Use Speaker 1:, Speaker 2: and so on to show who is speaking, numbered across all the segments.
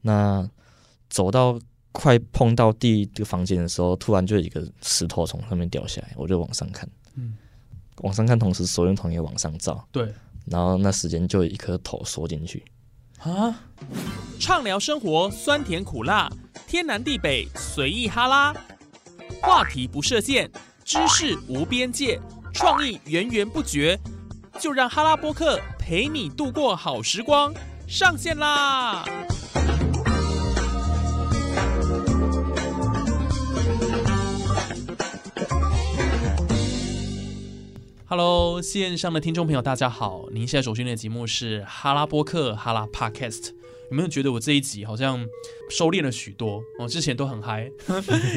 Speaker 1: 那走到快碰到第一个房间的时候，突然就有一个石头从上面掉下来，我就往上看，
Speaker 2: 嗯
Speaker 1: 往上看，同时手电筒也往上照，
Speaker 2: 对
Speaker 1: 然后那时间就有一颗头缩进去。
Speaker 2: 啊，
Speaker 3: 畅聊生活，酸甜苦辣，天南地北，随意哈拉。话题不设限，知识无边界，创意源源不绝，就让哈拉播客陪你度过好时光。上线啦！Hello，线上的听众朋友，大家好！您现在收听的节目是哈拉播客哈拉 Podcast。有没有觉得我这一集好像收敛了许多？哦，之前都很嗨，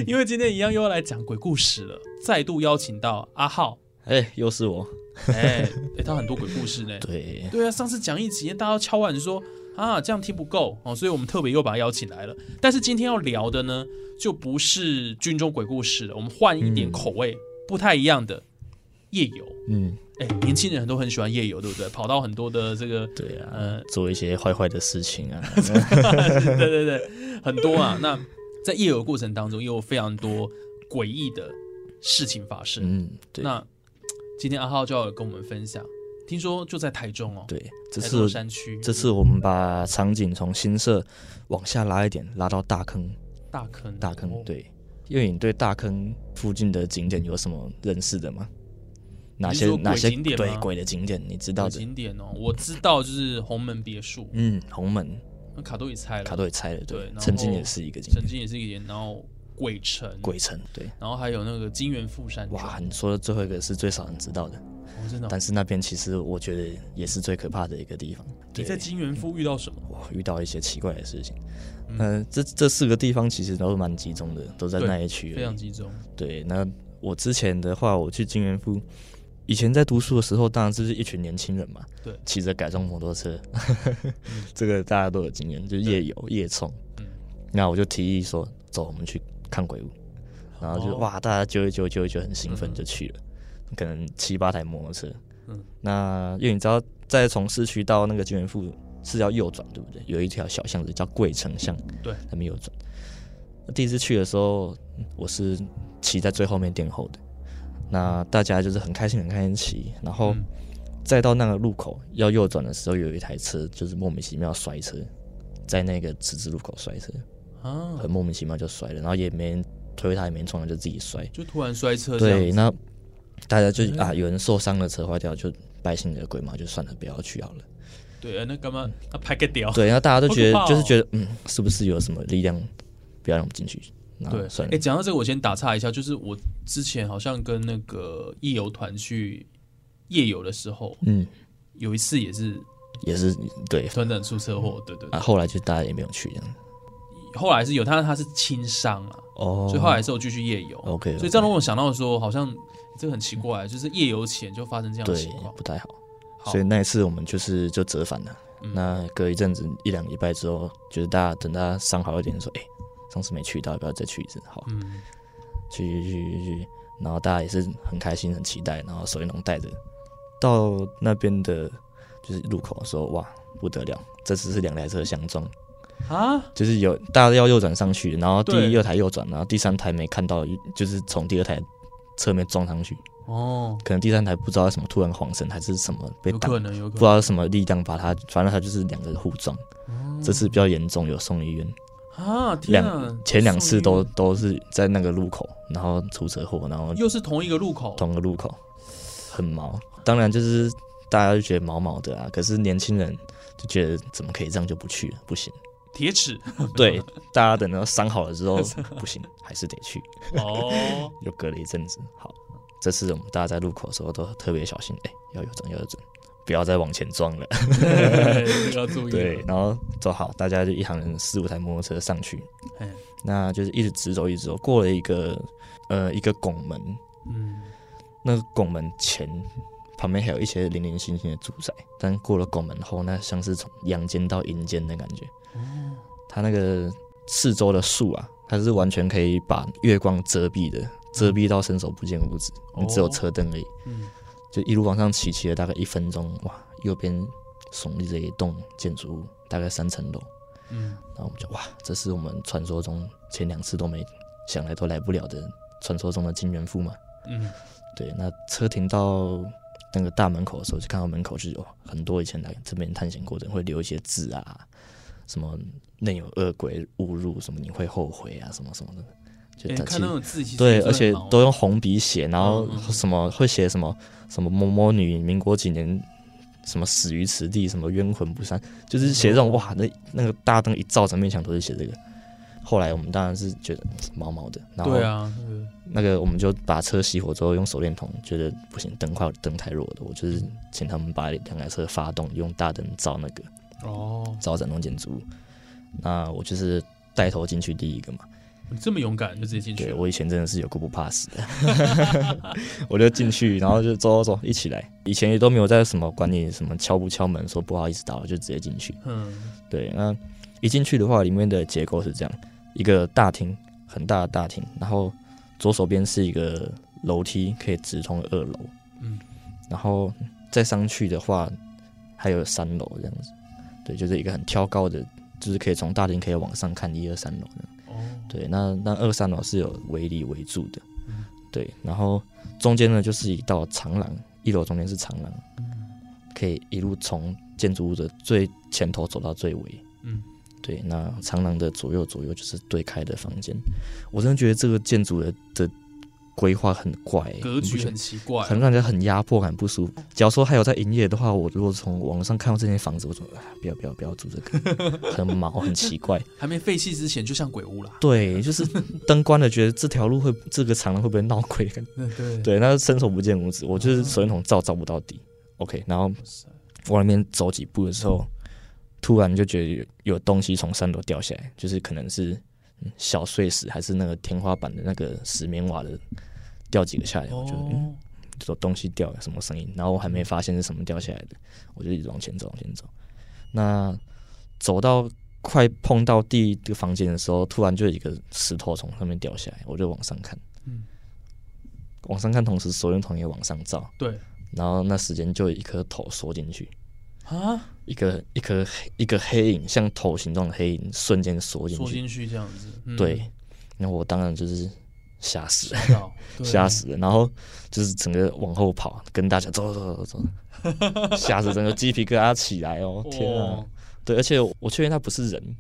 Speaker 3: 因为今天一样又要来讲鬼故事了。再度邀请到阿浩，
Speaker 1: 哎、又是我。
Speaker 3: 哎、哎他很多鬼故事呢。
Speaker 1: 对，
Speaker 3: 对啊，上次讲一集，大家都敲碗说啊，这样听不够哦，所以我们特别又把他邀请来了。但是今天要聊的呢，就不是军中鬼故事了，我们换一点
Speaker 1: 嗯
Speaker 3: 口味，不太一样的夜游。
Speaker 1: 嗯，
Speaker 3: 哎、年轻人都很喜欢夜游，对不对？跑到很多的这个，
Speaker 1: 对啊，
Speaker 3: 呃，
Speaker 1: 做一些坏坏的事情啊。
Speaker 3: 对对对，很多啊。那在夜游过程当中，又有非常多诡异的事情发生。
Speaker 1: 嗯，对
Speaker 3: 那今天阿浩就要跟我们分享，听说就在台中哦，
Speaker 1: 对，这
Speaker 3: 台
Speaker 1: 次
Speaker 3: 中
Speaker 1: 我
Speaker 3: 山区，
Speaker 1: 这次我们把场景从新社往下拉一点，拉到大坑。
Speaker 3: 大坑，
Speaker 1: 大坑
Speaker 3: 哦，
Speaker 1: 对，因为你对大坑附近的景点有什么认识的吗？哪
Speaker 3: 是
Speaker 1: 些
Speaker 3: 说鬼
Speaker 1: 哪些
Speaker 3: 景点
Speaker 1: 对
Speaker 3: 吗
Speaker 1: 鬼的景点你知
Speaker 3: 到
Speaker 1: 道的？
Speaker 3: 景点哦，我知道就是鸿门别墅，
Speaker 1: 嗯，红门
Speaker 3: 那卡都也猜
Speaker 1: 卡
Speaker 3: 了，
Speaker 1: 都也拆了，
Speaker 3: 对
Speaker 1: 对
Speaker 3: 然，后
Speaker 1: 曾经也是一个景
Speaker 3: 曾
Speaker 1: 点，
Speaker 3: 经也是一点，然后鬼城，
Speaker 1: 鬼城对。
Speaker 3: 然后还有那个金源富山庄，
Speaker 1: 哇，你说的最后一个是最少人知道的，
Speaker 3: 哦真的哦，
Speaker 1: 但是那边其实我觉得也是最可怕的一个地方。
Speaker 3: 你在
Speaker 1: 对，
Speaker 3: 金源富遇到什么？
Speaker 1: 我遇到一些奇怪的事情。
Speaker 3: 嗯
Speaker 1: 嗯、这这四个地方其实都是蛮集中的，都在
Speaker 3: 对
Speaker 1: 那一区而已。
Speaker 3: 非常集中，
Speaker 1: 对，那我之前的话，我去金元富，以前在读书的时候，当然就是一群年轻人嘛，
Speaker 3: 对
Speaker 1: 骑着改装摩托车， 这个大家都有经验，就是夜游夜冲。
Speaker 3: 嗯
Speaker 1: 那我就提议说，走，我们去看鬼屋，然后就、
Speaker 3: 哦
Speaker 1: 哇，大家揪一揪揪一揪，很兴奋
Speaker 3: 嗯
Speaker 1: 就去了，可能七八台摩托车。
Speaker 3: 嗯
Speaker 1: 那因为你知道，再从市区到那个金元富是要右转，对不对？有一条小巷子叫桂城巷，
Speaker 3: 对，
Speaker 1: 还没有转。第一次去的时候，我是骑在最后面垫后的，那大家就是很开心很开心骑，然后
Speaker 3: 嗯
Speaker 1: 再到那个路口要右转的时候，有一台车就是莫名其妙摔车，在那个十字路口摔车，
Speaker 3: 啊，
Speaker 1: 很莫名其妙就摔了，然后也没人推他，也没人冲他，就自己摔。
Speaker 3: 就突然摔车这样
Speaker 1: 对，
Speaker 3: 子，
Speaker 1: 那大家就
Speaker 3: 嗯
Speaker 1: 啊，有人受伤了，车坏掉就百姓的鬼嘛，就算了，不要去好了。
Speaker 3: 对，哎那干嘛？那拍个屌，
Speaker 1: 对，然后大家都觉得、
Speaker 3: 好可怕哦
Speaker 1: 就是觉得嗯，是不是有什么力量不要让我们进去？那
Speaker 3: 对，
Speaker 1: 啊算了
Speaker 3: 哎，。讲到这个，我先打岔一下，就是我之前好像跟那个夜游团去夜游的时候，
Speaker 1: 嗯，
Speaker 3: 有一次也是
Speaker 1: 也是对
Speaker 3: 团长出车祸，对对
Speaker 1: 啊，
Speaker 3: 对，
Speaker 1: 后来就大家也没有去这样。
Speaker 3: 后来是有，但是他是轻伤啊，
Speaker 1: 哦，
Speaker 3: 所以后来是有继续夜游。
Speaker 1: OK，
Speaker 3: 所以这样让我想到说，好像这个很奇怪，啊就是夜游前就发生这样的
Speaker 1: 对
Speaker 3: 情况。
Speaker 1: 不太好。
Speaker 3: 好
Speaker 1: 所以那一次我们就是就折返了。
Speaker 3: 嗯
Speaker 1: 那隔一阵子一两礼拜之后，就是大家等大家伤好一点，说哎、上次没去到，要不要再去一次？好，
Speaker 3: 嗯，
Speaker 1: 去去去去去，然后大家也是很开心，很期待，然后手电筒带着到那边的，就是路口的时候，哇，不得了，这次是两台车相撞，
Speaker 3: 啊，
Speaker 1: 就是有大家要右转上去，然后第
Speaker 3: 对
Speaker 1: 一、二台右转，然后第三台没看到，就是从第二台侧面撞上去，
Speaker 3: 哦，
Speaker 1: 可能第三台不知道什么突然晃神还是什么被
Speaker 3: 有
Speaker 1: 挡
Speaker 3: 可能，有
Speaker 1: 不
Speaker 3: 可
Speaker 1: 知
Speaker 3: 能。
Speaker 1: 道什么力量把他，反正他就是两个互撞，这次比较严重，有送医院。
Speaker 3: 啊，哦天啊
Speaker 1: 两！前两次都
Speaker 3: 送医
Speaker 1: 都是在那个路口，然后出车祸，然后
Speaker 3: 院又是同一个路口，
Speaker 1: 同个路口，很毛。当然就是大家就觉得毛毛的啊，可是年轻人就觉得怎么可以这样就不去了，不行。
Speaker 3: 铁 齿
Speaker 1: 对，大家等到伤好了之后，不行，还是得去。
Speaker 3: 哦，
Speaker 1: 又隔了一阵子，好，这次我们大家在路口的时候都特别小心，哎、要右转，要右转，不要再往前撞了。
Speaker 3: 嘿这个要注意
Speaker 1: 对，
Speaker 3: 了。
Speaker 1: 然后走好，大家就一行人四五台摩托车上去
Speaker 3: 嘿，
Speaker 1: 那就是一直直走，一直走，过了一个呃一个拱门，
Speaker 3: 嗯，
Speaker 1: 那个拱门前旁边还有一些零零星星的住宅，但过了拱门后，那像是从阳间到阴间的感觉。
Speaker 3: 哦
Speaker 1: 它那个四周的树啊，它是完全可以把月光遮蔽的，遮蔽到伸手不见五指，你只有
Speaker 3: 嗯哦
Speaker 1: 车灯而已。
Speaker 3: 嗯，
Speaker 1: 就一路往上骑，骑了大概一分钟，哇，右边耸立着一栋建筑物，大概三层楼，
Speaker 3: 嗯，
Speaker 1: 然后我们就哇，这是我们传说中前两次都没想来都来不了的传说中的金元富嘛。
Speaker 3: 嗯，
Speaker 1: 对，那车停到那个大门口的时候，就看到门口就有很多以前来这边探险过的人会留一些字啊，什么内有恶鬼误入，什么你会后悔啊，什么什么的。就
Speaker 3: 哎
Speaker 1: 大
Speaker 3: 看那种字其实
Speaker 1: 对，
Speaker 3: 也是
Speaker 1: 而且
Speaker 3: 很忙
Speaker 1: 都用红笔写，然后
Speaker 3: 嗯嗯
Speaker 1: 什么会写什么什么某某女民国几年什么死于此地，什么冤魂不散，就是写
Speaker 3: 嗯
Speaker 1: 这种哇，那那个大灯一照，整面墙都是写这个。后来我们当然是觉得嘖毛毛的，然后
Speaker 3: 对啊，对
Speaker 1: 那个我们就把车熄火之后，用手电筒，觉得不行，灯快灯太弱了，我就是请他们把两台车发动，用大灯照那个
Speaker 3: 哦，
Speaker 1: 照整栋建筑物。那我就是带头进去第一个嘛。
Speaker 3: 你这么勇敢就直接进去
Speaker 1: 对
Speaker 3: 了，
Speaker 1: 我以前真的是有个不怕死的， 我就进去，然后就走走走，一起来。以前也都没有在什么管你什么敲不敲门，说不好意思打扰，就直接进去。
Speaker 3: 嗯
Speaker 1: 对，那一进去的话，里面的结构是这样：一个大厅，很大的大厅，然后左手边是一个楼梯，可以直通二楼，
Speaker 3: 嗯，
Speaker 1: 然后再上去的话，还有三楼这样子。对，就是一个很挑高的，就是可以从大厅可以往上看一二三楼。
Speaker 3: 哦，
Speaker 1: 对，那那二三楼是有围篱围住的
Speaker 3: 嗯，
Speaker 1: 对，然后中间呢就是一道长廊，一楼中间是长廊，
Speaker 3: 嗯
Speaker 1: 可以一路从建筑物的最前头走到最尾。
Speaker 3: 嗯，
Speaker 1: 对，那长廊的左右左右就是对开的房间，我真的觉得这个建筑的的规划很怪、欸，
Speaker 3: 格
Speaker 1: 你不
Speaker 3: 局
Speaker 1: 觉
Speaker 3: 很
Speaker 1: 得
Speaker 3: 奇怪，啊
Speaker 1: 很让人家很压迫感不舒服。假如说还有在营业的话，我如果从网上看到这间房子，我说啊，不要不要不要住这个，很毛很奇怪。
Speaker 3: 还没废弃之前就像鬼屋啦，
Speaker 1: 对，就是灯关了，觉得这条路会这个长廊会不会闹鬼？
Speaker 3: 对对，
Speaker 1: 对，那伸手不见五指，我就是手电筒照照不到底。OK，然后往里面走几步的时候，突然就觉得有有东西从三楼掉下来，就是可能是嗯小碎石还是那个天花板的那个石棉瓦的掉几个下来，我觉得、嗯、
Speaker 3: 哦，
Speaker 1: 有东西掉了，什么声音，然后我还没发现是什么掉下来的，我就一直往前走，往前走。那走到快碰到第一个房间的时候，突然就有一个石头从上面掉下来，我就往上看，
Speaker 3: 嗯
Speaker 1: 往上看，同时手电筒也往上照，
Speaker 3: 对
Speaker 1: 然后那时间就有一颗头缩进去，
Speaker 3: 啊，
Speaker 1: 一个一颗黑一个黑影，像头形状的黑影瞬间缩进
Speaker 3: 缩
Speaker 1: 去，
Speaker 3: 进去这样子，嗯
Speaker 1: 对，，那我当然就是吓死了。
Speaker 3: 吓到， 对
Speaker 1: 吓，死了，然后就是整个往后跑，跟大家走走走走 走，吓死，整个鸡皮疙瘩起来哦！天啊！
Speaker 3: 哦，
Speaker 1: 对，而且我确认他不是人，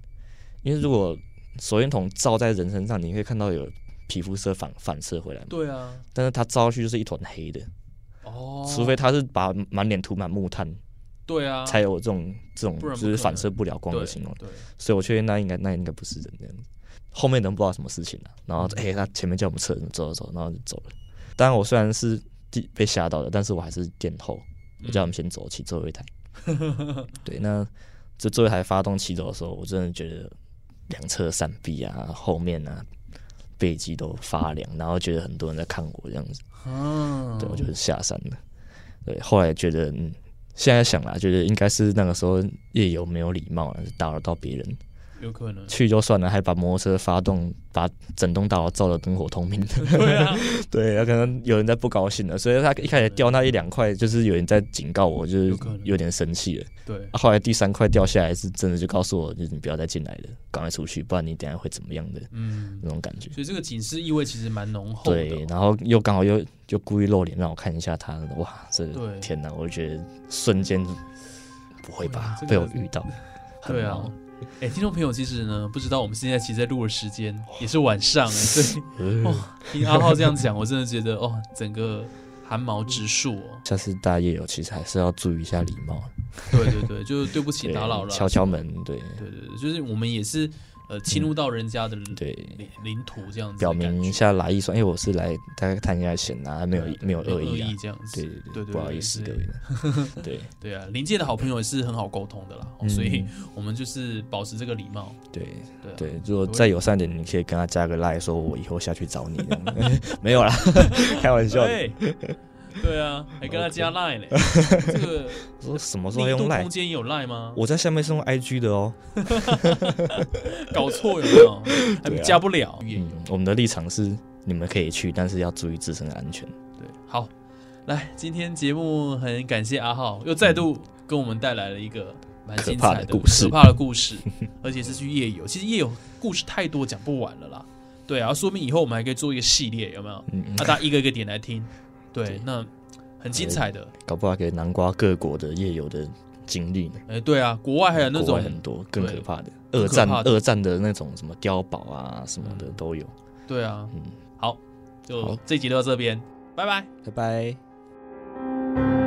Speaker 1: 因为如果手电筒照在人身上，你会看到有皮肤色反反射回来嘛，
Speaker 3: 对啊，
Speaker 1: 但是他照下去就是一团黑的，
Speaker 3: 哦，
Speaker 1: 除非他是把满脸涂满木炭，
Speaker 3: 对啊，
Speaker 1: 才有这种这种
Speaker 3: 不然不
Speaker 1: 就是
Speaker 3: 可
Speaker 1: 反
Speaker 3: 能
Speaker 1: 射不了光
Speaker 3: 对
Speaker 1: 的形容。
Speaker 3: 对，
Speaker 1: 所以我确定那应该那应该不是人这样子。后面能不知道什么事情啊？然后哎、诶他前面叫我们撤，走走走，然后就走了。当然我虽然是第被吓到的，但是我还是垫后，我
Speaker 3: 嗯
Speaker 1: 叫他们先走，骑最后一台。对，那这最后一台发动骑走的时候，我真的觉得两侧闪避啊，后面啊。背脊都发凉，然后觉得很多人在看我这样子，
Speaker 3: 嗯，
Speaker 1: 对我就很下山了。对，后来觉得，嗯，现在想来，觉得应该是那个时候夜游没有礼貌了，打扰到别人。
Speaker 3: 嗯 有可能，
Speaker 1: 去就算了，还把摩托车发动，把整栋大楼照得灯火通 明。
Speaker 3: 对啊，
Speaker 1: 对，可能有人在不高兴了，所以他一开始掉那一两块，就是有人在警告我，就是
Speaker 3: 有可能
Speaker 1: 有点生气了。
Speaker 3: 对，
Speaker 1: 啊后来第三块掉下来，是真的就告诉我，就是你不要再进来了，赶快出去，不然你等一下会怎么样的
Speaker 3: 嗯，
Speaker 1: 那种感觉。
Speaker 3: 所以这个警示意味其实蛮浓厚的
Speaker 1: 对，
Speaker 3: 哦，
Speaker 1: 然后又刚好又就故意露脸让我看一下他，哇，这
Speaker 3: 对
Speaker 1: 天哪！我觉得瞬间不会吧
Speaker 3: 嗯哇，这
Speaker 1: 被
Speaker 3: 个
Speaker 1: 我遇到，很
Speaker 3: 对啊
Speaker 1: 毛。
Speaker 3: 哎，听众朋友，其实呢，不知道我们现在其实在录的时间也是晚上，哎，所以
Speaker 1: 呃
Speaker 3: 哇，听阿浩这样讲，我真的觉得哦，整个汗毛直竖哦。
Speaker 1: 下次大家夜游其实还是要注意一下礼貌。
Speaker 3: 对对对，就是对不起
Speaker 1: 对
Speaker 3: 打扰了。
Speaker 1: 敲敲门，对
Speaker 3: 对对对，就是我们也是呃侵入到人家的领
Speaker 1: 嗯对，
Speaker 3: 领土这样子的
Speaker 1: 表
Speaker 3: 感觉，
Speaker 1: 明一下来意，说，哎，我是来大概探一下险啊，没有没有恶意啊，
Speaker 3: 这样子。
Speaker 1: 对
Speaker 3: 对
Speaker 1: 对
Speaker 3: 对
Speaker 1: 不好意思各
Speaker 3: 对
Speaker 1: 位呢， 对，
Speaker 3: 对啊，临界的好朋友也是很好沟通的啦，哦
Speaker 1: 嗯
Speaker 3: 所以我们就是保持这个礼貌。
Speaker 1: 对
Speaker 3: 对啊
Speaker 1: 对，如果再友善点，你可以跟他加个赖，说我以后下去找你，这样 没有啦，开玩笑的，
Speaker 3: 对哎对啊，还跟他加 line 嘞，这个
Speaker 1: 说什么时候
Speaker 3: 密度
Speaker 1: 用赖
Speaker 3: 空？间有 line 吗？
Speaker 1: 我在下面是用 IG 的哦，
Speaker 3: 搞错有没 有？还
Speaker 1: 对啊
Speaker 3: 加不了。
Speaker 1: 嗯，我们的立场是你们可以去，但是要注意自身的安全。
Speaker 3: 对，好，来，今天节目很感谢阿浩，又再度跟我们带来了一个
Speaker 1: 嗯
Speaker 3: 蛮
Speaker 1: 可
Speaker 3: 精
Speaker 1: 怕
Speaker 3: 彩
Speaker 1: 的故事
Speaker 3: 可怕的故 事，而且是去夜游。其实夜游故事太多，讲不完了啦。对啊，说明以后我们还可以做一个系列，有没有？
Speaker 1: 嗯，
Speaker 3: 那大家一个一个点来听，对
Speaker 1: 对，
Speaker 3: 那很精彩的。
Speaker 1: 搞不好给南瓜各国的夜游的经历呢。
Speaker 3: 哎，对啊，国外还有那
Speaker 1: 国
Speaker 3: 种
Speaker 1: 外很多更
Speaker 3: 对
Speaker 1: 可怕的，
Speaker 3: 更
Speaker 1: 二
Speaker 3: 可
Speaker 1: 战
Speaker 3: 怕的嗯
Speaker 1: 二战的那种什么碉堡啊什么的都有。
Speaker 3: 对啊，
Speaker 1: 嗯
Speaker 3: 好，就
Speaker 1: 好
Speaker 3: 这集就到这边，拜拜。
Speaker 1: 拜拜。